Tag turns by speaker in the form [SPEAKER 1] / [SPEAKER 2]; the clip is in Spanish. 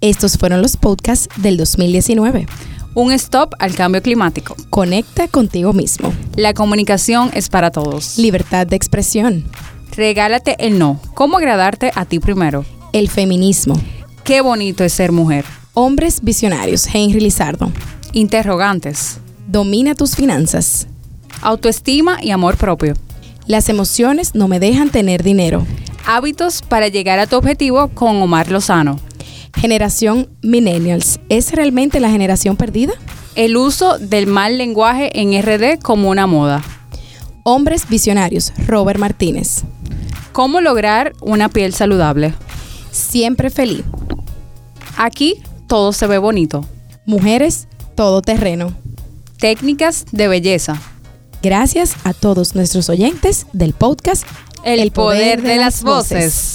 [SPEAKER 1] Estos fueron los podcasts del 2019.
[SPEAKER 2] Un stop al cambio climático.
[SPEAKER 1] Conecta contigo mismo.
[SPEAKER 2] La comunicación es para todos.
[SPEAKER 1] Libertad de expresión.
[SPEAKER 2] Regálate el no. ¿Cómo agradarte a ti primero?
[SPEAKER 1] El feminismo.
[SPEAKER 2] Qué bonito es ser mujer.
[SPEAKER 1] Hombres visionarios. Henry Lizardo.
[SPEAKER 2] Interrogantes.
[SPEAKER 1] Domina tus finanzas.
[SPEAKER 2] Autoestima y amor propio.
[SPEAKER 1] Las emociones no me dejan tener dinero.
[SPEAKER 2] Hábitos para llegar a tu objetivo con Omar Lozano.
[SPEAKER 1] Generación Millennials. ¿Es realmente la generación perdida?
[SPEAKER 2] El uso del mal lenguaje en RD como una moda.
[SPEAKER 1] Hombres visionarios. Robert Martínez.
[SPEAKER 2] ¿Cómo lograr una piel saludable?
[SPEAKER 1] Siempre feliz.
[SPEAKER 2] Aquí todo se ve bonito.
[SPEAKER 1] Mujeres, todo terreno.
[SPEAKER 2] Técnicas de belleza.
[SPEAKER 1] Gracias a todos nuestros oyentes del podcast
[SPEAKER 2] El, poder, de, las voces.